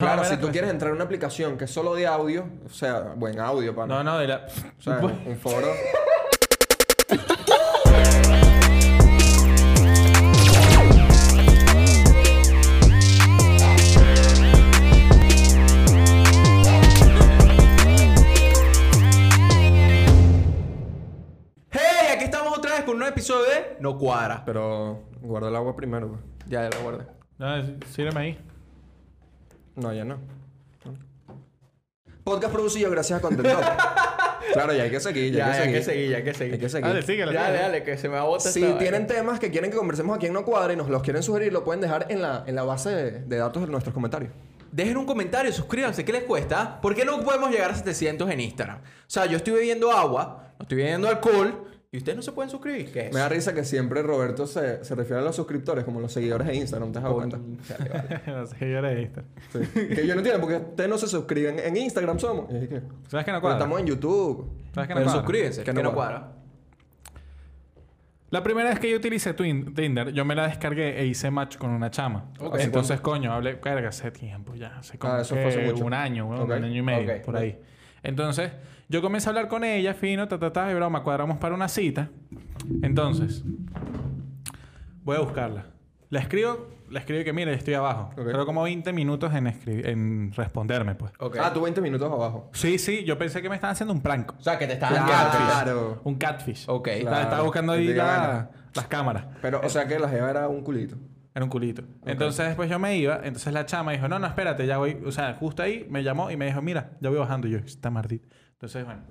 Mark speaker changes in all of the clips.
Speaker 1: Claro,
Speaker 2: a ver
Speaker 1: si
Speaker 2: la
Speaker 1: tú
Speaker 2: clase.
Speaker 1: quieres entrar en una aplicación que es solo de audio, o sea, buen audio, para
Speaker 2: No, no, de la...
Speaker 1: O sea, un foro.
Speaker 2: ¡Hey! Aquí estamos otra vez con un nuevo episodio de No Cuadra.
Speaker 1: Pero guarda el agua primero, pues. güey. Ya, ya la guardé.
Speaker 2: No, es- sírveme ahí.
Speaker 1: No, ya no. Podcast producido gracias a Contentote. claro, ya hay que seguir, ya, hay que seguir.
Speaker 2: ya hay que seguir.
Speaker 1: Hay que seguir.
Speaker 2: Dale, síguela.
Speaker 3: Dale,
Speaker 2: síguela.
Speaker 3: dale, que se me abota
Speaker 1: Si
Speaker 3: esta vaina.
Speaker 1: tienen temas que quieren que conversemos aquí en No Cuadra y nos los quieren sugerir, lo pueden dejar en la, en la base de, de datos de nuestros comentarios.
Speaker 3: Dejen un comentario, suscríbanse, ¿qué les cuesta? ¿Por qué no podemos llegar a 700 en Instagram? O sea, yo estoy bebiendo agua, no estoy bebiendo alcohol y ustedes no se pueden suscribir. ¿Qué es?
Speaker 1: Me da risa que siempre Roberto se, se refiere a los suscriptores como los seguidores de Instagram, ¿te has dado cuenta?
Speaker 2: No sé, yo era de Instagram.
Speaker 1: Sí. Que yo no entiendo porque ustedes no se suscriben. En Instagram somos. Y es que-
Speaker 2: ¿Sabes qué no
Speaker 1: Pero
Speaker 2: cuadra?
Speaker 1: estamos en YouTube.
Speaker 2: ¿Sabes qué no
Speaker 3: Pero
Speaker 2: cuadra?
Speaker 3: suscríbanse,
Speaker 1: Que no
Speaker 3: que no,
Speaker 1: cuadra.
Speaker 3: cuadra.
Speaker 2: La primera vez que yo utilicé Twin- Tinder, yo me la descargué e hice match con una chama.
Speaker 3: Ok.
Speaker 2: Hace Entonces, coño, hablé... Carga, hace tiempo ya. Hace como
Speaker 1: Ah, eso fue hace
Speaker 2: que
Speaker 1: mucho.
Speaker 2: un año, weón,
Speaker 1: Ok.
Speaker 2: un año y medio,
Speaker 3: Ok.
Speaker 2: por ahí. Entonces, yo comencé a hablar con ella, fino, ta, ta, ta, y broma, cuadramos para una cita. Entonces, voy a buscarla. La escribo, la escribo que, mire, estoy abajo.
Speaker 1: Ok.
Speaker 2: Pero como 20 minutos en, escri- en responderme, pues.
Speaker 3: Ok.
Speaker 1: Ah, tú 20 minutos abajo.
Speaker 2: Sí, sí, yo pensé que me estaban haciendo un prank.
Speaker 3: O sea, que te están
Speaker 1: Claro.
Speaker 3: dando-
Speaker 2: Un catfish.
Speaker 3: Ok.
Speaker 2: La-
Speaker 1: Claro.
Speaker 2: Estaba buscando ahí
Speaker 1: Que te
Speaker 2: la-
Speaker 1: gana.
Speaker 2: las cámaras.
Speaker 1: Pero, o sea que la jeva era un culito.
Speaker 2: Era un culito. Entonces después yo me iba. Entonces la chama dijo, no, no, espérate, ya voy. O sea, justo ahí me llamó y me dijo, mira, ya voy bajando. Y yo, está maldito. Entonces, bueno.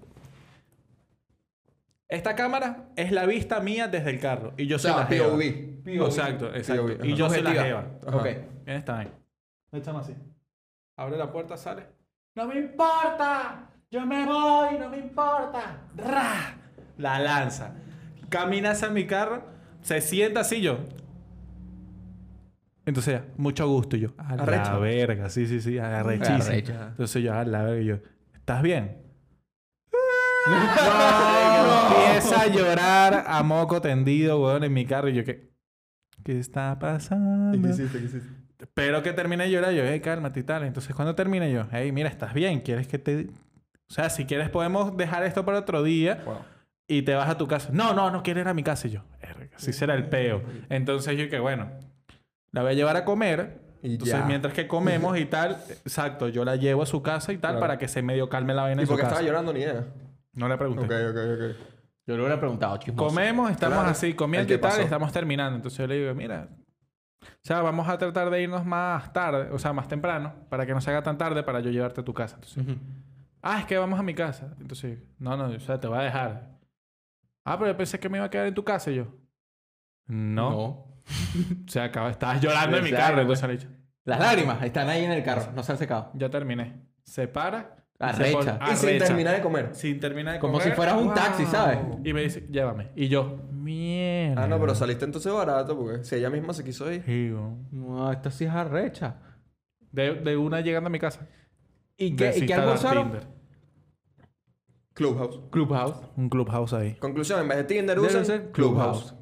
Speaker 2: Esta cámara es la vista mía desde el carro. Y yo
Speaker 1: O
Speaker 2: soy
Speaker 1: sea,
Speaker 2: la jeva.
Speaker 1: POV.
Speaker 2: Exacto, exacto.
Speaker 1: POV,
Speaker 2: y
Speaker 1: ajá.
Speaker 2: yo soy la
Speaker 3: Objetiva.
Speaker 2: jeva.
Speaker 1: Ajá.
Speaker 3: Ok.
Speaker 2: Bien, está bien. La chama así. Abre la puerta, sale. ¡No me importa! ¡Yo me voy! ¡No me importa! ¡Ra! La lanza. Camina hacia mi carro, se sienta así yo. Entonces ella, mucho gusto. Y yo, a la
Speaker 1: Arrecho.
Speaker 2: verga. Sí, sí, sí, arrechísimo.
Speaker 3: Arrecha.
Speaker 2: Entonces yo, a la verga. Y yo, ¿estás bien? Empieza a llorar a moco tendido, weón, en mi carro. Y yo, ¿qué? ¿Qué está pasando?
Speaker 1: ¿Qué hiciste?
Speaker 2: Pero que termine llorar, yo, hey, cálmate y tal. Entonces, cuando termine yo, hey, mira, estás bien, quieres que te. O sea, si quieres, podemos dejar esto para otro día
Speaker 1: Wow.
Speaker 2: y te vas a tu casa. No, no, no quiero ir a mi casa. Y yo, "Erga, así será el peo. Entonces, yo, que bueno, la voy a llevar a comer.
Speaker 1: Y
Speaker 2: Entonces,
Speaker 1: ya.
Speaker 2: mientras que comemos y tal, exacto, yo la llevo a su casa y tal
Speaker 1: Claro.
Speaker 2: para que se medio calme la vaina
Speaker 1: ¿Y
Speaker 2: en su
Speaker 1: porque
Speaker 2: casa.
Speaker 1: estaba llorando ni idea?
Speaker 2: No le pregunté.
Speaker 1: Ok, ok, ok.
Speaker 3: Yo le hubiera preguntado, chismoso.
Speaker 2: Comemos, estamos
Speaker 1: Claro.
Speaker 2: así,
Speaker 1: ¿El
Speaker 2: comiendo
Speaker 1: qué
Speaker 2: y tal,
Speaker 1: pasó?
Speaker 2: y estamos terminando. Entonces yo le digo, mira, o sea, vamos a tratar de irnos más tarde, o sea, más temprano, para que no se haga tan tarde para yo llevarte a tu casa. Entonces,
Speaker 3: Ujú.
Speaker 2: ah, es que vamos a mi casa. Entonces, no, no, o sea, te voy a dejar. Ah, pero yo pensé que me iba a quedar en tu casa y yo. No. O sea, acaba, estabas llorando en mi
Speaker 3: Exacto.
Speaker 2: carro. Entonces le he dicho,
Speaker 3: Las lágrimas están ahí en el carro, no se han secado.
Speaker 2: ya terminé. Se para. y se pone-
Speaker 3: Arrecha. Y sin
Speaker 1: Y sin
Speaker 2: arrecha.
Speaker 1: terminar de comer.
Speaker 2: Sin terminar de
Speaker 3: Como
Speaker 2: comer.
Speaker 3: si fueras un taxi, ¿sabes?
Speaker 2: Y me dice, llévame. Y yo, mierda.
Speaker 1: Ah, no, pero saliste entonces barato porque si ella misma se quiso ir.
Speaker 2: Sí, weón.
Speaker 3: No, esta sí es arrecha.
Speaker 2: De, de una llegando a mi casa.
Speaker 3: ¿Y qué, ¿y qué
Speaker 2: Desinstalar
Speaker 3: almorzaron?
Speaker 2: Tinder.
Speaker 1: Clubhouse.
Speaker 3: Clubhouse.
Speaker 2: Un clubhouse ahí.
Speaker 1: Conclusión, en vez de Tinder
Speaker 3: Debe
Speaker 1: usen
Speaker 3: ser
Speaker 1: Clubhouse.
Speaker 3: Clubhouse.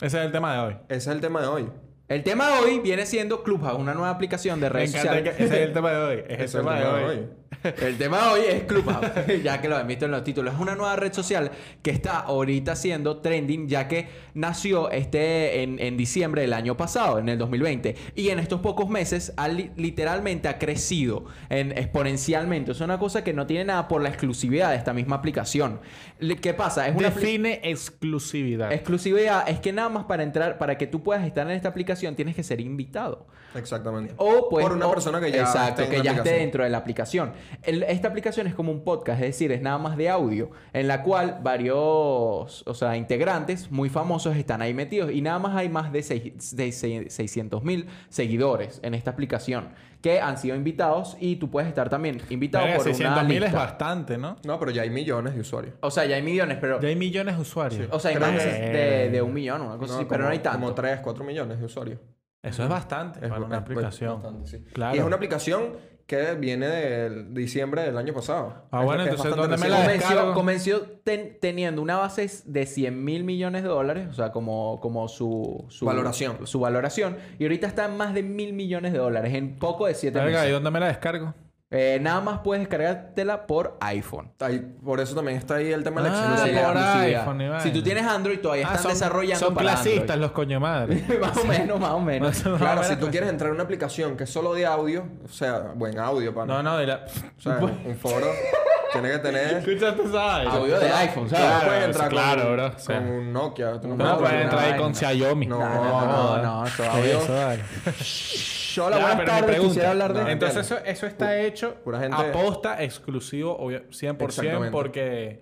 Speaker 2: Ese es el tema de hoy.
Speaker 1: Ese es el tema de hoy.
Speaker 3: El tema de hoy viene siendo Clubhouse, una nueva aplicación de
Speaker 2: Me
Speaker 3: redes
Speaker 2: encanta que
Speaker 3: sociales.
Speaker 2: ese es el tema de hoy. Es el
Speaker 1: Ese
Speaker 2: tema de hoy.
Speaker 3: El tema de hoy es Clubhouse, ya que lo han visto en los títulos. Es una nueva red social que está ahorita siendo trending, ya que nació este en, en diciembre del año pasado, en el 2020. Y en estos pocos meses ha li- literalmente ha crecido en, exponencialmente. Es una cosa que no tiene nada por la exclusividad de esta misma aplicación. Le- ¿Qué pasa? Es una apli-
Speaker 2: Define exclusividad.
Speaker 3: exclusividad. Es que nada más para entrar, para que tú puedas estar en esta aplicación, tienes que ser invitado.
Speaker 1: Exactamente.
Speaker 2: Oh.
Speaker 3: O pues,
Speaker 1: Por una
Speaker 3: o-
Speaker 1: persona que ya
Speaker 3: Exacto,
Speaker 1: esté en
Speaker 3: que
Speaker 1: la
Speaker 3: ya esté
Speaker 1: aplicación.
Speaker 3: dentro de la aplicación. El- esta aplicación es como un podcast, es decir, es nada más de audio, en la cual varios, o sea, integrantes muy famosos están ahí metidos y nada más hay más de, seis- de seis- 600 mil seguidores en esta aplicación que han sido invitados y tú puedes estar también invitado
Speaker 2: Verga,
Speaker 3: por
Speaker 2: 600
Speaker 3: una
Speaker 2: mil es
Speaker 3: lista.
Speaker 2: bastante, ¿no?
Speaker 1: No, pero ya hay millones de usuarios.
Speaker 3: O sea, ya hay millones, pero...
Speaker 2: Ya hay millones de usuarios.
Speaker 3: O sea, hay más
Speaker 2: Creo
Speaker 3: de,
Speaker 2: que-
Speaker 3: de- de un millón, una cosa
Speaker 1: No,
Speaker 3: así, pero no hay tanto.
Speaker 1: Como 3, 4 millones de usuarios.
Speaker 2: Eso es bastante para una
Speaker 1: es
Speaker 2: aplicación.
Speaker 1: bastante, sí.
Speaker 2: Claro.
Speaker 1: Y es una aplicación que viene del diciembre del año pasado.
Speaker 2: Ah, bueno, entonces,
Speaker 1: bastante
Speaker 2: ¿dónde me la
Speaker 1: reciente.
Speaker 2: ves?
Speaker 3: Convenció,
Speaker 2: descargo.
Speaker 3: convenció ten- teniendo una base de 100 mil millones de dólares, o sea, como, como su, su
Speaker 1: Valoración.
Speaker 3: Su valoración. Y ahorita está en más de mil millones de dólares, en poco de 7
Speaker 2: Verga, ¿y
Speaker 3: meses.
Speaker 2: dónde me la descargo?
Speaker 3: Eh, nada más puedes descargártela por iPhone.
Speaker 1: Ahí- por eso también está ahí el tema de la
Speaker 2: Ah,
Speaker 1: exclusividad.
Speaker 2: por
Speaker 3: Exclusividad.
Speaker 2: iPhone, y
Speaker 3: si tú
Speaker 2: vaina.
Speaker 3: tienes Android, todavía
Speaker 2: Ah,
Speaker 3: están desarrollando
Speaker 2: Son
Speaker 3: para
Speaker 2: clasistas
Speaker 3: Androy.
Speaker 2: los coño madre.
Speaker 3: más o menos, más o menos.
Speaker 1: Claro, si tú quieres entrar en una aplicación que es solo de audio, o sea, buen audio, para
Speaker 2: No, pues. no, de la.
Speaker 1: O sea, un foro tiene que tener...
Speaker 2: Escuchaste esa
Speaker 1: Ah,
Speaker 2: vaina.
Speaker 3: Audio de iPhone,
Speaker 1: Tú
Speaker 3: ¿sabes?
Speaker 1: no
Speaker 2: Claro,
Speaker 1: puedes entrar
Speaker 2: claro,
Speaker 1: con,
Speaker 2: bro, o sea.
Speaker 1: con un Nokia. Tú no
Speaker 2: Tú no puedes
Speaker 1: con
Speaker 2: entrar ahí
Speaker 1: nada.
Speaker 2: con Xiaomi.
Speaker 1: No,
Speaker 3: No, no, no, no, eso va.
Speaker 2: Sí, eso vale.
Speaker 3: Hola,
Speaker 2: Ya,
Speaker 3: buenas
Speaker 2: pero me
Speaker 3: tardes,
Speaker 2: pregunta.
Speaker 3: quisiera hablar de...
Speaker 1: No,
Speaker 2: Entonces eso,
Speaker 1: entiendo.
Speaker 2: eso está hecho
Speaker 1: pura gente-
Speaker 2: aposta exclusivo obvio- 100%
Speaker 1: Exactamente.
Speaker 2: porque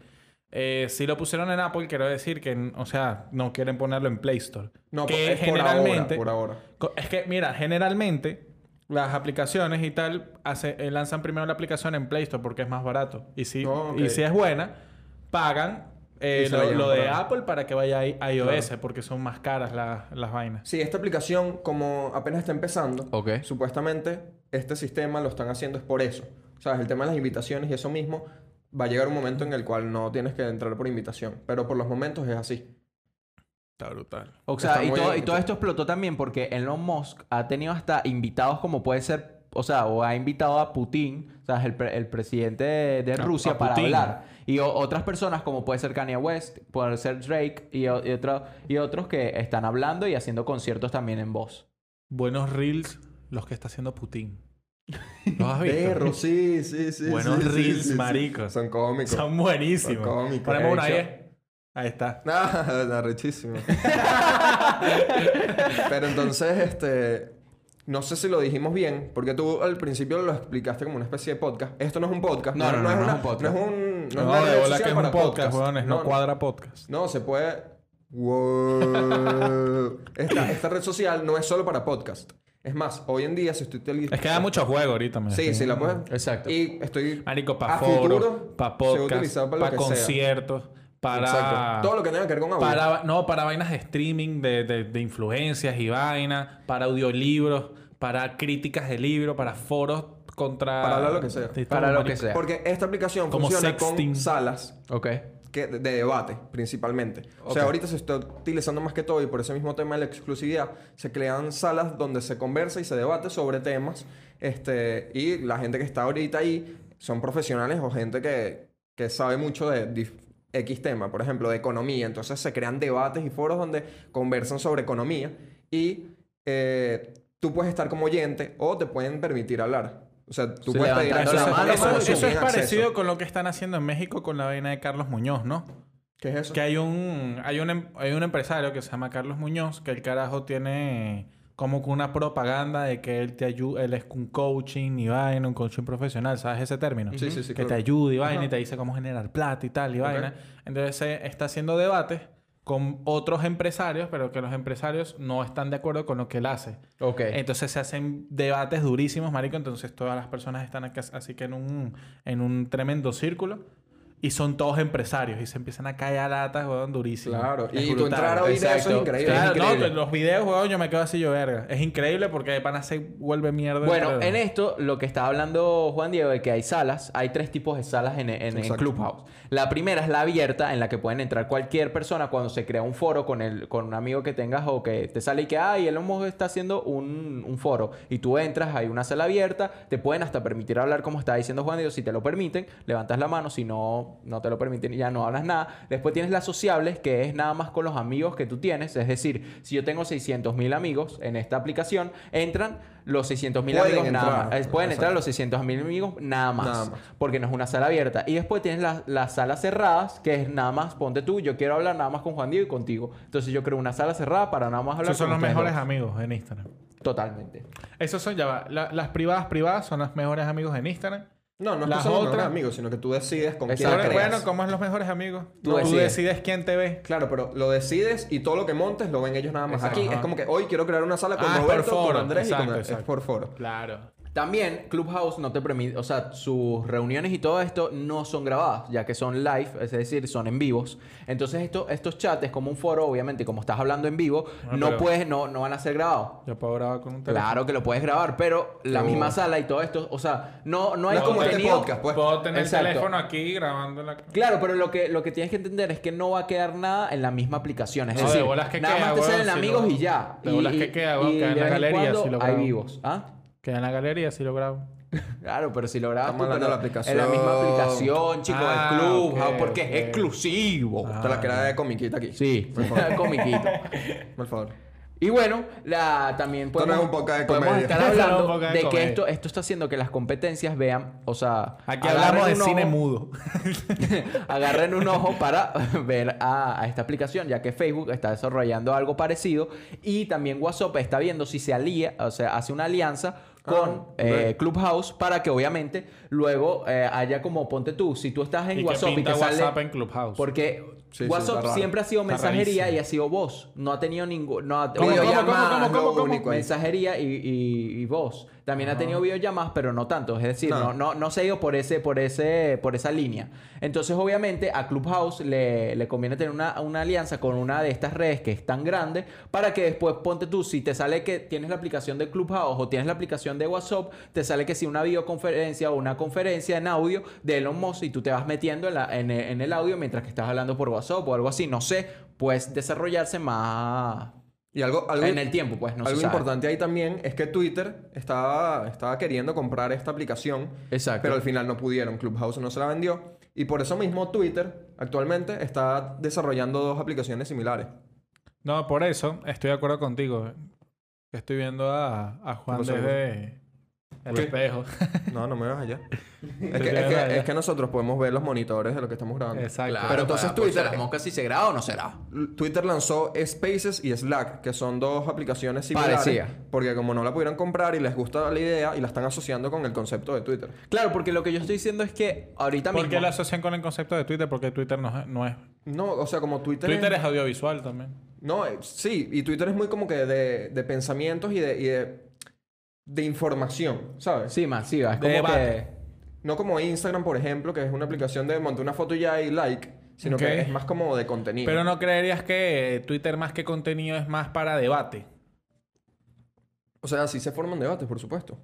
Speaker 2: eh, si lo pusieron en Apple quiero decir que, n- o sea, no quieren ponerlo en Play Store.
Speaker 1: No, pues,
Speaker 2: que
Speaker 1: es por ahora, por ahora.
Speaker 2: Co- Es que, mira, generalmente las aplicaciones y tal hace- eh, lanzan primero la aplicación en Play Store porque es más barato. Y si,
Speaker 1: Oh, ok.
Speaker 2: y si es buena, pagan eh,
Speaker 1: Y se la
Speaker 2: lo,
Speaker 1: llevan
Speaker 2: lo
Speaker 1: para
Speaker 2: de
Speaker 1: allá.
Speaker 2: Apple para que vaya a i- a iOS porque son más caras la- las vainas.
Speaker 1: Sí, esta aplicación, como apenas está empezando,
Speaker 3: Ok.
Speaker 1: supuestamente este sistema lo están haciendo es por eso. ¿Sabes? El tema de las invitaciones y eso mismo, va a llegar un momento en el cual no tienes que entrar por invitación. Pero por los momentos es así.
Speaker 2: Está brutal.
Speaker 3: O sea,
Speaker 1: Está
Speaker 3: y
Speaker 1: muy
Speaker 3: todo,
Speaker 1: bien,
Speaker 3: y todo
Speaker 1: sí.
Speaker 3: esto explotó también porque Elon Musk ha tenido hasta invitados como puede ser, o sea, o ha invitado a Putin, o sea, el, pre- el presidente de, de
Speaker 2: A-
Speaker 3: Rusia
Speaker 2: a
Speaker 3: para
Speaker 2: Putin.
Speaker 3: hablar. Y o- otras personas como puede ser Kanye West, puede ser Drake y, o- y otro- y otros que están hablando y haciendo conciertos también en voz.
Speaker 2: Buenos reels los que está haciendo Putin. ¿Los has visto?
Speaker 1: Perro, sí, sí, sí.
Speaker 2: Buenos
Speaker 1: sí, sí,
Speaker 2: reels,
Speaker 1: sí, sí.
Speaker 2: marico.
Speaker 1: Son cómicos.
Speaker 2: Son
Speaker 1: Son
Speaker 2: buenísimos.
Speaker 1: cómicos.
Speaker 2: Ponemos una
Speaker 1: Hecho.
Speaker 2: 10. Ahí está.
Speaker 1: Ah, richísimo. Pero entonces, este. No sé si lo dijimos bien, porque tú al principio lo explicaste como una especie de podcast. Esto no es un podcast.
Speaker 3: No, no, no, no
Speaker 1: es
Speaker 3: es
Speaker 1: una-
Speaker 3: un podcast.
Speaker 1: No es un. No,
Speaker 2: No,
Speaker 1: es una
Speaker 2: de
Speaker 1: red
Speaker 2: bola
Speaker 1: social
Speaker 2: que es un
Speaker 1: para
Speaker 2: podcast, huevones, No,
Speaker 1: No, no.
Speaker 2: cuadra podcast.
Speaker 1: No, se puede. Wow. Esta, esta red social no es solo para podcast. Es más, hoy en día, si estoy
Speaker 2: Es que da mucho juego ahorita. me
Speaker 1: Sí,
Speaker 2: estoy-
Speaker 1: sí, la puedes.
Speaker 3: Exacto.
Speaker 1: Y estoy.
Speaker 2: Marico,
Speaker 1: a
Speaker 2: para
Speaker 1: futuro,
Speaker 2: foros,
Speaker 1: se va
Speaker 2: para
Speaker 1: a
Speaker 2: podcast,
Speaker 1: utilizar para lo
Speaker 2: para
Speaker 1: que sea.
Speaker 2: conciertos, para...
Speaker 1: Exacto. Todo lo que tenga que ver con audio.
Speaker 2: para, no, para vainas de streaming, de, de- de influencias y vainas, para audiolibros, para críticas de libros, para foros contra...
Speaker 1: Para hablar lo que sea.
Speaker 2: de todo,
Speaker 3: Para lo
Speaker 2: marico.
Speaker 3: que sea.
Speaker 1: Porque esta aplicación
Speaker 2: Como
Speaker 1: funciona
Speaker 2: sexting.
Speaker 1: con salas
Speaker 3: Ok.
Speaker 1: que de, de debate principalmente. O sea,
Speaker 3: Ok.
Speaker 1: ahorita se está utilizando más que todo y por ese mismo tema de la exclusividad, se crean salas donde se conversa y se debate sobre temas este y la gente que está ahorita ahí son profesionales o gente que, que sabe mucho de dif- X tema, por ejemplo, de economía. Entonces se crean debates y foros donde conversan sobre economía y eh, tú puedes estar como oyente o te pueden permitir hablar. O sea, tú
Speaker 3: Sí,
Speaker 1: puedes pedir
Speaker 3: levantando
Speaker 2: Eso,
Speaker 1: acceso,
Speaker 3: la mano,
Speaker 1: pero
Speaker 2: eso-
Speaker 3: mano,
Speaker 1: eso
Speaker 2: eso es
Speaker 1: tienen acceso.
Speaker 2: parecido con lo que están haciendo en México con la vaina de Carlos Muñoz, ¿no?
Speaker 1: ¿Qué es eso?
Speaker 2: Que hay un, hay un em- hay un empresario que se llama Carlos Muñoz, que el carajo tiene como que una propaganda de que él te ayuda, él es un coaching y vaina, un coaching profesional, ¿sabes ese término?
Speaker 1: Sí, sí, sí,
Speaker 2: Que
Speaker 1: claro.
Speaker 2: te ayuda y vaina
Speaker 1: Ajá.
Speaker 2: y te dice cómo generar plata y tal y vaina. Entonces se está haciendo debates con otros empresarios, pero que los empresarios no están de acuerdo con lo que él hace.
Speaker 3: Ok.
Speaker 2: Entonces se hacen debates durísimos, marico. Entonces todas las personas están acá- así que en un, en un tremendo círculo. Y son todos empresarios. Y se empiezan a caer a latas, weón, durísimo.
Speaker 1: Claro,
Speaker 2: Es
Speaker 1: y tú
Speaker 2: brutal.
Speaker 1: entrar a oír eso es
Speaker 3: exacto.
Speaker 1: increíble.
Speaker 2: Claro,
Speaker 1: Es
Speaker 2: no, pues
Speaker 1: increíble.
Speaker 2: los videos, weón, yo me quedo así yo, verga. Es increíble porque de pana se vuelve mierda.
Speaker 3: Bueno,
Speaker 2: entre-
Speaker 3: en esto, lo que estaba hablando Juan Diego, de que hay salas, hay tres tipos de salas en, en- en
Speaker 1: Exacto.
Speaker 3: Clubhouse. La primera es la abierta, en la que pueden entrar cualquier persona cuando se crea un foro con, el, con un amigo que tengas o que te sale y que, ay, el homo está haciendo un, un foro. Y tú entras, hay una sala abierta, te pueden hasta permitir hablar como estaba diciendo Juan Diego, si te lo permiten, levantas la mano, si no, no te lo permiten y ya no hablas nada. Después tienes las sociables, que es nada más con los amigos que tú tienes. Es decir, si yo tengo 600 mil amigos en esta aplicación, entran los 600 mil
Speaker 1: Pueden
Speaker 3: amigos nada
Speaker 1: entrar.
Speaker 3: más. Eh, Pueden entrar
Speaker 1: Exacto.
Speaker 3: los 600 mil amigos nada más,
Speaker 1: Nada más.
Speaker 3: Porque no es una sala abierta. Y después tienes la- las salas cerradas, que es nada más, ponte tú, yo quiero hablar nada más con Juan Diego y contigo. Entonces yo creo una sala cerrada para nada más hablar
Speaker 2: Esos son
Speaker 3: con
Speaker 2: los
Speaker 3: ustedes
Speaker 2: mejores
Speaker 3: dos.
Speaker 2: amigos en Instagram.
Speaker 3: Totalmente.
Speaker 2: Esos son, ya va. la- las privadas privadas son los mejores amigos en Instagram.
Speaker 1: No, no es
Speaker 2: Las
Speaker 1: que son los
Speaker 2: otras-
Speaker 1: mejores amigos, sino que tú decides con quién
Speaker 3: Exacto.
Speaker 2: Ahora,
Speaker 1: creas.
Speaker 2: bueno, ¿cómo es los mejores amigos?
Speaker 3: Tú
Speaker 2: No,
Speaker 3: decides.
Speaker 2: quién te ve.
Speaker 1: Claro, pero lo decides y todo lo que montes lo ven ellos nada más.
Speaker 2: Exacto.
Speaker 1: Aquí
Speaker 2: Ajá.
Speaker 1: es como que hoy quiero crear una sala con
Speaker 2: Ah, es por
Speaker 1: Roberto,
Speaker 2: foro.
Speaker 1: con Andrés y
Speaker 2: Exacto,
Speaker 1: con
Speaker 2: exacto.
Speaker 1: es por foro.
Speaker 2: Claro.
Speaker 3: También Clubhouse no te permite, o sea, sus reuniones y todo esto no son grabadas, ya que son live, es decir, son en vivos. Entonces esto, estos chats es como un foro, obviamente, como estás hablando en vivo,
Speaker 2: Ah,
Speaker 3: no
Speaker 2: pero-
Speaker 3: puedes, no, no van a ser grabados.
Speaker 2: Yo puedo grabar con un teléfono.
Speaker 3: Claro que lo puedes grabar, pero la
Speaker 1: Oh.
Speaker 3: misma sala y todo esto, o sea, no, no hay
Speaker 1: No,
Speaker 3: como
Speaker 1: como este
Speaker 3: contenido.
Speaker 1: podcast, pues.
Speaker 2: Puedo tener
Speaker 3: Exacto.
Speaker 2: el teléfono aquí grabando en la...
Speaker 3: Claro, pero lo que, lo que tienes que entender es que no va a quedar nada en la misma aplicación. Es
Speaker 2: No, de
Speaker 3: decir,
Speaker 2: bolas que
Speaker 3: nada
Speaker 2: queda,
Speaker 3: más te
Speaker 2: weón,
Speaker 3: salen
Speaker 2: si
Speaker 3: amigos
Speaker 2: lo-
Speaker 3: y ya.
Speaker 2: de
Speaker 3: Y-
Speaker 2: bolas
Speaker 3: y-
Speaker 2: que queda, weón,
Speaker 3: y
Speaker 2: queda en
Speaker 3: de
Speaker 2: la
Speaker 3: vez en
Speaker 2: galería
Speaker 3: cuando
Speaker 2: si lo
Speaker 3: Hay
Speaker 2: grabo.
Speaker 3: vivos. ¿Ah?
Speaker 2: Queda en la galería si lo grabo.
Speaker 3: Claro, pero si lo grabas
Speaker 1: Estamos
Speaker 3: tú,
Speaker 1: hablando
Speaker 3: pero
Speaker 1: de la
Speaker 3: en la misma
Speaker 1: aplicación.
Speaker 3: aplicación, chicos,
Speaker 2: Ah,
Speaker 3: de Clubhouse,
Speaker 2: ok,
Speaker 3: porque
Speaker 2: ok.
Speaker 3: es exclusivo.
Speaker 1: Te la queda de comiquita aquí.
Speaker 3: Sí,
Speaker 1: Por favor.
Speaker 3: comiquito.
Speaker 1: Por favor.
Speaker 3: Y bueno, la, también
Speaker 1: Esto no
Speaker 3: podemos,
Speaker 1: es un podcast de
Speaker 3: podemos
Speaker 1: comedia.
Speaker 3: estar
Speaker 2: Esto no es un
Speaker 3: hablando
Speaker 2: podcast de
Speaker 3: de, que
Speaker 2: comedia.
Speaker 3: esto, esto está haciendo que las competencias vean, o sea...
Speaker 2: Aquí
Speaker 3: agarren
Speaker 2: hablamos de
Speaker 3: un ojo-
Speaker 2: cine mudo.
Speaker 3: agarren un ojo para ver a, a esta aplicación, ya que Facebook está desarrollando algo parecido y también WhatsApp está viendo si se alía, o sea, hace una alianza con
Speaker 1: Ah, ok.
Speaker 3: eh, Clubhouse para que obviamente luego eh, haya como ponte tú, si tú estás en
Speaker 2: y que
Speaker 3: WhatsApp y
Speaker 2: pinta
Speaker 3: te sale
Speaker 2: WhatsApp en Clubhouse.
Speaker 3: porque
Speaker 1: Sí, sí, está
Speaker 3: WhatsApp
Speaker 1: raro.
Speaker 3: siempre ha sido
Speaker 2: Está
Speaker 3: mensajería
Speaker 2: rarísimo.
Speaker 3: y ha sido voz, no ha tenido ningún no ha
Speaker 1: ¿Cómo, cómo,
Speaker 3: videollamadas,
Speaker 1: cómo, cómo,
Speaker 3: lo
Speaker 1: cómo,
Speaker 3: único,
Speaker 1: cómo?
Speaker 3: mensajería y, y- y voz. También ha tenido videollamadas, pero no tanto, es decir,
Speaker 1: No.
Speaker 3: no no, no se ha ido por ese por ese por esa línea. Entonces, obviamente a Clubhouse le, le conviene tener una, una alianza con una de estas redes que es tan grande para que después ponte tú si te sale que tienes la aplicación de Clubhouse o tienes la aplicación de WhatsApp, te sale que si una videoconferencia o una conferencia en audio de Elon Musk y tú te vas metiendo en, la- en el- en el audio mientras que estás hablando por WhatsApp o algo así, no sé, pues desarrollarse más
Speaker 1: Y algo, algo,
Speaker 3: en el tiempo, pues no se
Speaker 1: algo
Speaker 3: sabe.
Speaker 1: importante ahí también es que Twitter estaba, estaba queriendo comprar esta aplicación,
Speaker 3: Exacto.
Speaker 1: pero al final no pudieron. Clubhouse no se la vendió. Y por eso mismo Twitter actualmente está desarrollando dos aplicaciones similares.
Speaker 2: No, por eso estoy de acuerdo contigo. Estoy viendo a, a Juan
Speaker 1: ¿Qué pasó,
Speaker 2: desde el
Speaker 1: ¿Qué?
Speaker 2: espejo.
Speaker 1: No, no me veas allá. es, que,
Speaker 2: te
Speaker 1: es,
Speaker 2: veas
Speaker 1: que-
Speaker 2: allá.
Speaker 1: es que nosotros podemos ver los monitores de lo que estamos grabando.
Speaker 2: Exacto.
Speaker 1: Pero entonces
Speaker 3: para- por si
Speaker 1: Twitter-
Speaker 3: las moscas si se graba o no será.
Speaker 1: Twitter lanzó Spaces y Slack, que son dos aplicaciones similares.
Speaker 3: Parecía.
Speaker 1: Porque como no la pudieron comprar y les gusta la idea y la están asociando con el concepto de Twitter.
Speaker 3: Claro, porque lo que yo estoy diciendo es que ahorita
Speaker 2: ¿Por qué
Speaker 3: mismo
Speaker 2: lo asocian con el concepto de Twitter? Porque Twitter no, es- no es...
Speaker 1: No, o sea, como Twitter,
Speaker 2: Twitter
Speaker 1: es...
Speaker 2: es audiovisual también.
Speaker 1: No, eh, sí, y Twitter es muy como que de, de pensamientos y de, y de, de información, ¿sabes?
Speaker 3: sí masiva, es como
Speaker 2: Debate.
Speaker 3: que
Speaker 1: No como Instagram, por ejemplo, que es una aplicación de monté una foto y ya y like, sino
Speaker 2: Ok.
Speaker 1: que es más como de contenido.
Speaker 2: Pero no creerías que eh, Twitter más que contenido es más para debate.
Speaker 1: O sea, sí se forman debates, por supuesto.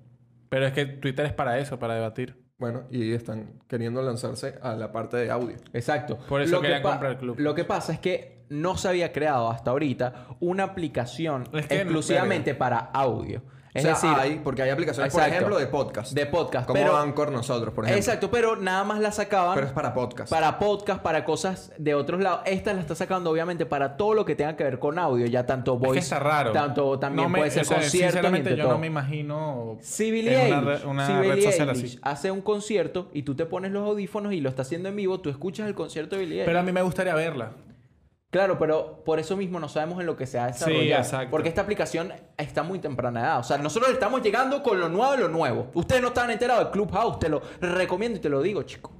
Speaker 2: Pero es que Twitter es para eso, para debatir.
Speaker 1: Bueno, y están queriendo lanzarse a la parte de audio.
Speaker 3: Exacto.
Speaker 2: Por eso
Speaker 3: que
Speaker 2: querían
Speaker 3: pa-
Speaker 2: comprar Clubhouse.
Speaker 3: Lo que pasa es que no se había creado hasta ahorita una aplicación
Speaker 2: Es que no,
Speaker 3: exclusivamente para audio.
Speaker 1: o
Speaker 3: Es
Speaker 1: sea,
Speaker 3: decir,
Speaker 1: hay, porque hay aplicaciones, por
Speaker 3: Exacto.
Speaker 1: ejemplo, de podcast.
Speaker 3: de podcast.
Speaker 1: como
Speaker 3: pero,
Speaker 1: Anchor nosotros, por ejemplo.
Speaker 3: Exacto, pero nada más la sacaban
Speaker 1: Pero es para podcast.
Speaker 3: para podcast, para cosas de otros lados. Esta la está sacando, obviamente, para todo lo que tenga que ver con audio. Ya tanto
Speaker 2: Es que
Speaker 3: voice.
Speaker 2: está raro.
Speaker 3: Tanto también
Speaker 2: No me-
Speaker 3: puede ser
Speaker 2: o sea,
Speaker 3: conciertos.
Speaker 2: Sinceramente,
Speaker 3: entre
Speaker 2: yo
Speaker 3: todo.
Speaker 2: no me imagino...
Speaker 3: Si Billie
Speaker 2: en
Speaker 3: Eilish,
Speaker 2: una re- una
Speaker 3: si
Speaker 2: red
Speaker 3: Billie
Speaker 2: social
Speaker 3: Eilish
Speaker 2: así.
Speaker 3: hace un concierto y tú te pones los audífonos y lo está haciendo en vivo, tú escuchas el concierto de Billie Eilish.
Speaker 2: Pero a mí me gustaría verla.
Speaker 3: Claro, pero por eso mismo no sabemos en lo que se ha desarrollado.
Speaker 2: exacto.
Speaker 3: Porque esta aplicación está muy temprana de edad. O sea, nosotros estamos llegando con lo nuevo de lo nuevo. Ustedes no están enterados de Clubhouse, te lo recomiendo y te lo digo, chico.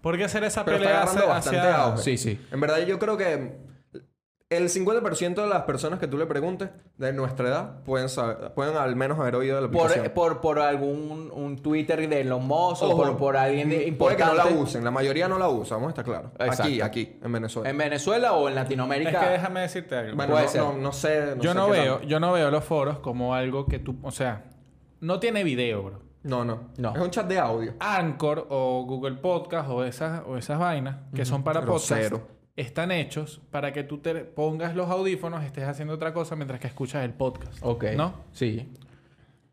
Speaker 2: ¿Por qué hacer esa
Speaker 1: Pero está
Speaker 2: pelea
Speaker 1: agarrando
Speaker 2: hacia,
Speaker 1: bastante
Speaker 2: hacia-
Speaker 1: auge.
Speaker 3: Sí, sí.
Speaker 1: En verdad, yo creo que el 50% de las personas que tú le preguntes de nuestra edad pueden saber, pueden al menos haber oído de la aplicación.
Speaker 3: Por, por, por algún un Twitter de los mozos,
Speaker 1: Ojo,
Speaker 3: por, por alguien de-
Speaker 1: Puede que
Speaker 3: importante.
Speaker 1: no la usen, la mayoría no la usa, vamos a estar claros. Aquí,
Speaker 3: Exacto.
Speaker 1: aquí, en Venezuela.
Speaker 3: En Venezuela o en
Speaker 2: Es
Speaker 3: Latinoamérica.
Speaker 2: que déjame decirte algo.
Speaker 1: Bueno,
Speaker 3: puede
Speaker 1: no,
Speaker 3: ser.
Speaker 1: no, no sé.
Speaker 2: yo
Speaker 1: sé
Speaker 2: no
Speaker 1: qué
Speaker 2: veo,
Speaker 1: tanto.
Speaker 2: yo no veo los foros como algo que tú, o sea, no tiene video, bro.
Speaker 1: No, no,
Speaker 3: No.
Speaker 1: Es un chat de audio.
Speaker 2: Anchor o Google Podcast o esas o esas vainas que son para podcast
Speaker 1: Grosero.
Speaker 2: están hechos para que tú te pongas los audífonos, estés haciendo otra cosa mientras que escuchas el podcast.
Speaker 3: Ok.
Speaker 2: ¿No?
Speaker 3: Sí.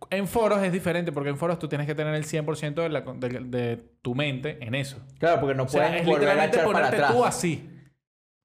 Speaker 2: En foros es diferente porque en foros tú tienes que tener el 100% de, la, con- de, de tu mente en eso.
Speaker 3: Claro, porque no
Speaker 2: O sea,
Speaker 3: puedes
Speaker 2: es
Speaker 3: volver a
Speaker 2: literalmente
Speaker 3: echar para
Speaker 2: ponerte
Speaker 3: atrás.
Speaker 2: tú así.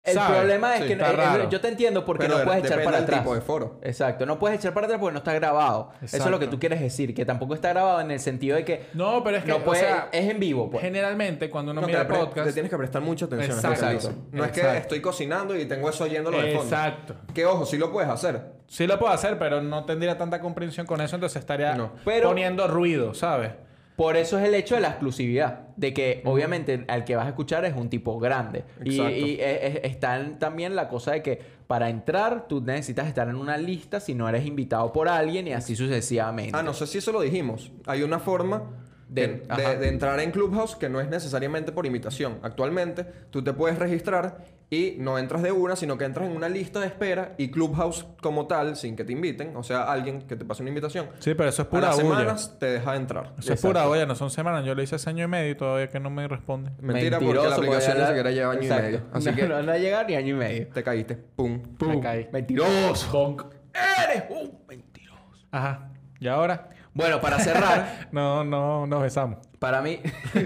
Speaker 3: El
Speaker 2: ¿sabes?
Speaker 3: problema es
Speaker 2: Sí,
Speaker 3: que
Speaker 2: está
Speaker 3: eh, eh,
Speaker 2: raro.
Speaker 3: yo te entiendo porque
Speaker 1: Pero
Speaker 3: no
Speaker 1: de-
Speaker 3: puedes echar
Speaker 1: depende
Speaker 3: para
Speaker 1: del
Speaker 3: atrás.
Speaker 1: tipo de foro.
Speaker 3: Exacto, no puedes echar para atrás porque no está grabado. Eso es lo que
Speaker 2: Exacto.
Speaker 3: tú quieres decir, que tampoco está grabado en el sentido de que
Speaker 2: No, pero es que
Speaker 3: no puede,
Speaker 2: o sea,
Speaker 3: es en vivo, pues.
Speaker 2: generalmente cuando uno
Speaker 1: eh, No,
Speaker 2: mira
Speaker 1: te, pre-
Speaker 2: podcast
Speaker 1: te tienes que prestar mucha atención. es lo que
Speaker 2: Exacto.
Speaker 1: dicen. No es que
Speaker 2: Exacto.
Speaker 1: estoy cocinando y tengo eso oyéndolo de fondo.
Speaker 2: Exacto.
Speaker 1: Que ojo, sí lo puedes hacer. Ah,
Speaker 2: Sí lo puedo hacer, pero no tendría tanta comprensión con eso, entonces estaría
Speaker 1: No.
Speaker 3: Pero-
Speaker 2: poniendo ruido, ¿sabes?
Speaker 3: Por eso es el hecho de la exclusividad, de que obviamente al que vas a escuchar es un tipo grande. Y,
Speaker 1: Exacto.
Speaker 3: y e- e- está en- también la cosa de que para entrar tú necesitas estar en una lista si no eres invitado por alguien y así sucesivamente.
Speaker 1: Ah, no sé si eso lo dijimos. Hay una forma
Speaker 3: De-
Speaker 1: de,
Speaker 3: ajá.
Speaker 1: de- de entrar en Clubhouse que no es necesariamente por invitación. Actualmente, tú te puedes registrar y no entras de una, sino que entras en una lista de espera y Clubhouse como tal, sin que te inviten, o sea, alguien que te pase una invitación,
Speaker 2: Sí, pero eso es
Speaker 1: a
Speaker 2: pura
Speaker 1: las
Speaker 2: bulla.
Speaker 1: semanas te deja entrar.
Speaker 2: Eso es pura olla, no son semanas. Yo le hice hace año y medio y todavía que no me responde.
Speaker 1: Mentira, porque la aplicación ni
Speaker 3: se
Speaker 1: siquiera lleva año y medio. Así que
Speaker 3: no, no ha llegado ni año y medio.
Speaker 1: te caíste. Pum.
Speaker 3: Me caí.
Speaker 2: Mentiroso.
Speaker 3: ¡Eres un mentiroso!
Speaker 2: Ajá. ¿Y ahora?
Speaker 3: Bueno, para cerrar,
Speaker 2: No, no, nos besamos.
Speaker 3: para mí...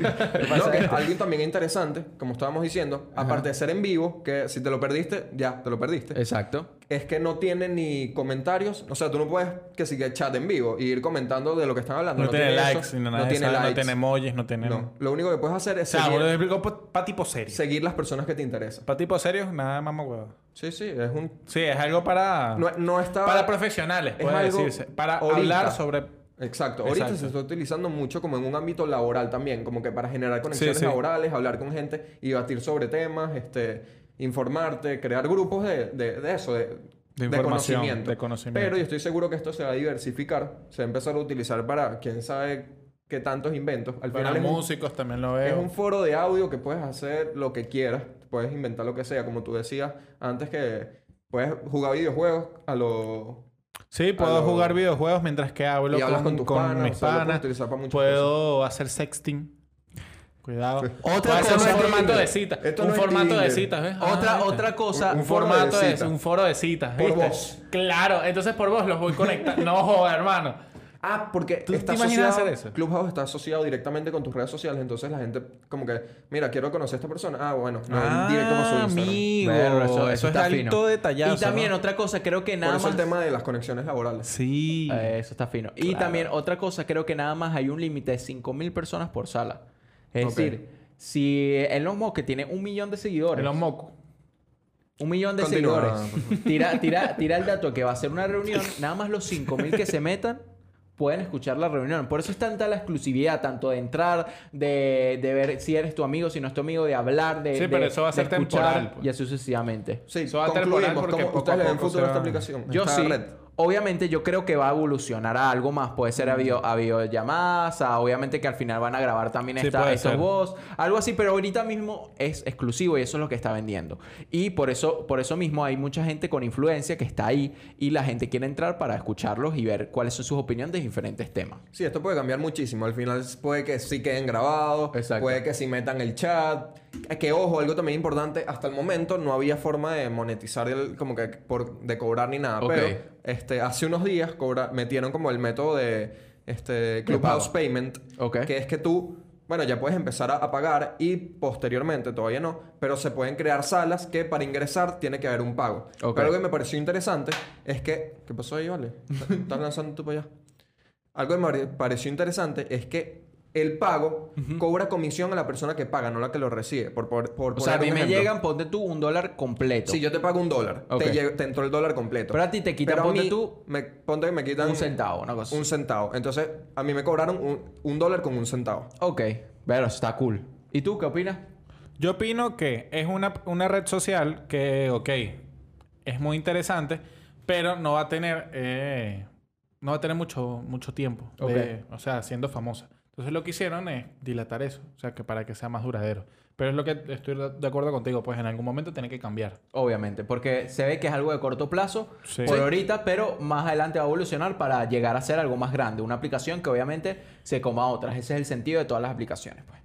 Speaker 1: No, que algo también interesante, como estábamos diciendo, aparte de ser en vivo, que si te lo perdiste, ya, te lo perdiste.
Speaker 3: Exacto.
Speaker 1: es que no tiene ni comentarios. O sea, tú no puedes que siga chat en vivo y ir comentando de lo que están hablando.
Speaker 2: No, tiene, likes,
Speaker 1: eso,
Speaker 2: ni nada
Speaker 1: Ah, no
Speaker 2: de
Speaker 1: tiene
Speaker 2: eso,
Speaker 1: likes.
Speaker 2: no tiene emojis, no tiene...
Speaker 1: No. Lo único que puedes hacer
Speaker 2: O
Speaker 1: es
Speaker 2: sea,
Speaker 1: seguir,
Speaker 2: boludo, explico para tipo serio.
Speaker 1: seguir las personas que te interesan.
Speaker 2: Para tipo serios, nada de mamá huevo.
Speaker 1: Sí, sí, es un.
Speaker 2: Sí, es algo para...
Speaker 1: No, no está.
Speaker 2: Ah. para profesionales,
Speaker 1: es
Speaker 2: puede
Speaker 1: algo
Speaker 2: decirse. Para
Speaker 1: ahorita.
Speaker 2: hablar sobre...
Speaker 1: Exacto. Ahorita
Speaker 2: Exacto.
Speaker 1: se está utilizando mucho como en un ámbito laboral también, como que para generar conexiones
Speaker 2: sí.
Speaker 1: laborales, hablar con gente y batir sobre temas, este, informarte, crear grupos de, de- de eso, de, de
Speaker 2: información, de conocimiento.
Speaker 1: Pero yo estoy seguro que esto se va a diversificar, se va a empezar a utilizar para quién sabe qué tantos inventos. Al
Speaker 2: Para
Speaker 1: final es un-
Speaker 2: músicos también lo
Speaker 1: es
Speaker 2: veo.
Speaker 1: un foro de audio que puedes hacer lo que quieras, puedes inventar lo que sea, como tú decías antes que puedes jugar videojuegos a lo
Speaker 2: Sí, puedo
Speaker 1: lo-
Speaker 2: jugar videojuegos mientras que hablo
Speaker 1: Y hablas con
Speaker 2: con,
Speaker 1: tus
Speaker 2: con
Speaker 1: panas,
Speaker 2: mis
Speaker 1: o sea, lo puedes
Speaker 2: panas.
Speaker 1: utilizar para muchas
Speaker 2: Puedo hacer sexting. Cuidado.
Speaker 3: Otra
Speaker 2: Puedo hacer
Speaker 3: cosa es
Speaker 2: un formato
Speaker 1: Tinder.
Speaker 2: de citas.
Speaker 1: Esto
Speaker 2: un
Speaker 1: no es
Speaker 2: formato de
Speaker 1: Tinder.
Speaker 2: citas, ¿ves? Ah,
Speaker 3: Otra,
Speaker 2: ¿viste?
Speaker 3: otra cosa...
Speaker 2: Un,
Speaker 1: Un foro
Speaker 2: formato
Speaker 1: de
Speaker 2: de,
Speaker 1: citas.
Speaker 2: un foro de citas,
Speaker 1: Por
Speaker 2: ¿viste?
Speaker 1: voz.
Speaker 2: Claro, entonces por vos los voy conectando. no joda, hermano.
Speaker 1: Ah, porque
Speaker 2: ¿Tú te imaginas hacer eso?
Speaker 1: Clubhouse está asociado directamente con tus redes sociales, entonces la gente como que, mira, quiero conocer a esta persona. Ah, bueno, no, directo para su Instagram.
Speaker 2: amigo.
Speaker 3: Verga, eso- eso
Speaker 2: eso, es
Speaker 3: está
Speaker 2: alto
Speaker 3: fino.
Speaker 2: detallazo.
Speaker 3: Y también
Speaker 2: ¿no?
Speaker 3: otra cosa, creo que
Speaker 1: Por
Speaker 3: nada
Speaker 1: eso
Speaker 3: más...
Speaker 1: el tema de las conexiones laborales.
Speaker 2: Sí.
Speaker 3: Eh, eso está fino. Y también otra cosa, creo que nada más hay un límite de 5.000 personas por sala. Es
Speaker 1: Ok.
Speaker 3: decir, si Elon Musk que tiene un millón de seguidores,
Speaker 2: en los mocos.
Speaker 3: un millón de
Speaker 1: Continúa, por
Speaker 3: seguidores, tira, tira, tira el dato que va a ser una reunión, nada más los 5.000 que se metan pueden escuchar la reunión. Por eso es tanta la exclusividad, tanto de entrar, de, de ver si eres tu amigo, si no es tu amigo, de hablar, de
Speaker 2: Sí,
Speaker 3: de-
Speaker 2: pero eso va a
Speaker 3: de
Speaker 2: ser
Speaker 3: escuchar,
Speaker 2: temporal, pues.
Speaker 3: Y así sucesivamente.
Speaker 1: Sí,
Speaker 2: Eso va a
Speaker 1: concluimos.
Speaker 2: temporal porque
Speaker 1: ¿Cómo-
Speaker 2: poco a
Speaker 1: ¿Ustedes le ven
Speaker 2: poco
Speaker 1: futuro a
Speaker 2: se
Speaker 1: esta
Speaker 2: va-
Speaker 1: aplicación?
Speaker 3: Yo
Speaker 1: esta
Speaker 3: sí.
Speaker 1: red?
Speaker 3: Obviamente yo creo que va a evolucionar a algo más. Puede ser a, video- a videollamadas, a- obviamente que al final van a grabar también
Speaker 2: Sí,
Speaker 3: esta,
Speaker 2: puede
Speaker 3: estos
Speaker 2: ser.
Speaker 3: voz, algo así, pero ahorita mismo es exclusivo y eso es lo que está vendiendo. Y por eso, por eso mismo hay mucha gente con influencia que está ahí y la gente quiere entrar para escucharlos y ver cuáles son sus opiniones de diferentes temas.
Speaker 1: Sí, esto puede cambiar muchísimo. Al final puede que sí queden grabados,
Speaker 3: Exacto.
Speaker 1: puede que sí metan el chat. Eh, Que ojo, algo también importante, hasta el momento no había forma de monetizar el, como que por, de cobrar ni nada.
Speaker 3: Ok.
Speaker 1: Pero este, hace unos días cobra, metieron como el método de este, Clubhouse
Speaker 3: pago.
Speaker 1: Payment,
Speaker 3: Ok.
Speaker 1: que es que tú, bueno, ya puedes empezar a, a pagar y posteriormente, todavía no, pero se pueden crear salas que para ingresar tiene que haber un pago.
Speaker 3: Ok.
Speaker 1: Pero algo que me pareció interesante es que... ¿Qué pasó ahí, vale? Estás lanzando tú para allá. Algo que me pare- pareció interesante es que el pago cobra comisión a la persona que paga, no la que lo recibe. Por, por, por
Speaker 3: O sea, a
Speaker 1: poner
Speaker 3: mí
Speaker 1: un
Speaker 3: me
Speaker 1: ejemplo.
Speaker 3: llegan, ponte tú, un dólar completo.
Speaker 1: Si yo te pago un dólar,
Speaker 3: Ok.
Speaker 1: te, lle- te entró el dólar completo.
Speaker 3: Pero a ti te quitan,
Speaker 1: Pero a
Speaker 3: ponte
Speaker 1: mí
Speaker 3: tú,
Speaker 1: Me, ponte que me quitan
Speaker 3: un centavo, una cosa
Speaker 1: Un
Speaker 3: así.
Speaker 1: centavo. Entonces, a mí me cobraron un, un dólar con un centavo.
Speaker 3: Ok, pero está cool. ¿Y tú qué opinas?
Speaker 2: Yo opino que es una, una red social que, ok, es muy interesante, pero no va a tener, eh, no va a tener mucho, mucho tiempo, de- o sea, siendo famosa. Entonces lo que hicieron es dilatar eso, o sea, que para que sea más duradero. Pero es lo que estoy de acuerdo contigo, pues en algún momento tiene que cambiar.
Speaker 3: Obviamente, porque se ve que es algo de corto plazo
Speaker 2: Sí.
Speaker 3: por
Speaker 2: Sí.
Speaker 3: ahorita, pero más adelante va a evolucionar para llegar a ser algo más grande. Una aplicación que obviamente se coma a otras. Ese es el sentido de todas las aplicaciones, pues.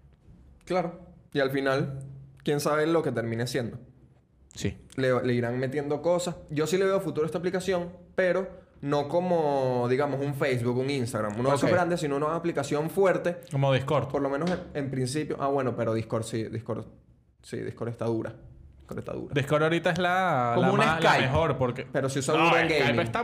Speaker 1: Claro. Y al final, quién sabe lo que termine siendo.
Speaker 3: Sí.
Speaker 1: le, le irán metiendo cosas. Yo sí le veo futuro a esta aplicación, pero no como, digamos, un Facebook, un Instagram, uno de esos
Speaker 3: Ok.
Speaker 1: grandes, sino una aplicación fuerte.
Speaker 2: Como Discord.
Speaker 1: Por lo menos en, en principio. Ah, bueno, pero Discord sí, Discord. Sí, Discord está dura. Discord está dura.
Speaker 2: Discord ahorita es la,
Speaker 3: Como
Speaker 2: la
Speaker 3: una
Speaker 2: más- la
Speaker 3: Skype.
Speaker 2: mejor, porque...
Speaker 1: Pero si usa
Speaker 2: No,
Speaker 1: duro en
Speaker 2: Skype
Speaker 1: gaming.
Speaker 2: está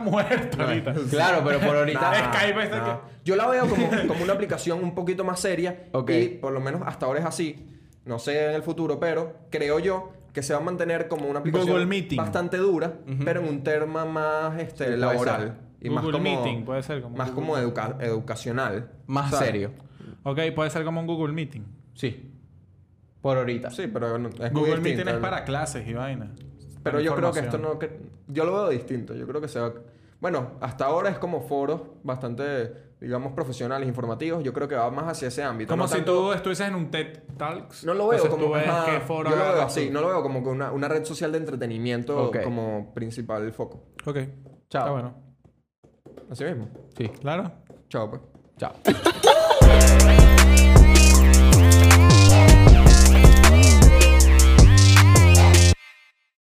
Speaker 2: muerto ahorita.
Speaker 3: Claro, pero por ahorita.
Speaker 2: Nah. Skype está
Speaker 1: Yo la veo como, como una aplicación un poquito más seria.
Speaker 3: Ok.
Speaker 1: Y por lo menos hasta ahora es así. No sé en el futuro, pero creo yo que se va a mantener como una aplicación
Speaker 2: Google Meeting.
Speaker 1: bastante dura, pero en un tema más este,
Speaker 3: puede
Speaker 1: laboral.
Speaker 3: ser.
Speaker 1: Y más
Speaker 2: Google
Speaker 1: como,
Speaker 2: Meeting, puede ser como
Speaker 1: más
Speaker 2: Google
Speaker 1: como educa- educacional.
Speaker 3: Más
Speaker 1: O sea,
Speaker 3: serio.
Speaker 2: Ok, puede ser como un Google Meeting.
Speaker 3: Sí. Por ahorita.
Speaker 1: Sí, pero no- es muy
Speaker 2: Google
Speaker 1: distinto,
Speaker 2: Meeting es
Speaker 1: ¿no?
Speaker 2: para clases y vaina.
Speaker 1: Pero
Speaker 2: Para
Speaker 1: yo creo que esto
Speaker 2: información.
Speaker 1: no... que- yo lo veo distinto. Yo creo que se va... Bueno, hasta ahora es como foros bastante, digamos, profesionales, informativos. Yo creo que va más hacia ese ámbito.
Speaker 2: Como
Speaker 1: no
Speaker 2: si
Speaker 1: tanto-
Speaker 2: tú estuvieses en un TED Talks.
Speaker 1: No lo veo
Speaker 2: Entonces
Speaker 1: como...
Speaker 2: tú ves
Speaker 1: ajá,
Speaker 2: qué foro
Speaker 1: yo lo veo
Speaker 2: agarras
Speaker 1: así.
Speaker 2: tú.
Speaker 1: No lo veo como que una, una red social de entretenimiento
Speaker 3: Ok.
Speaker 1: como principal foco.
Speaker 2: Ok.
Speaker 3: Chao.
Speaker 2: Está bueno.
Speaker 1: Así mismo.
Speaker 3: Sí.
Speaker 2: Claro.
Speaker 1: Chao, pues.
Speaker 3: Chao.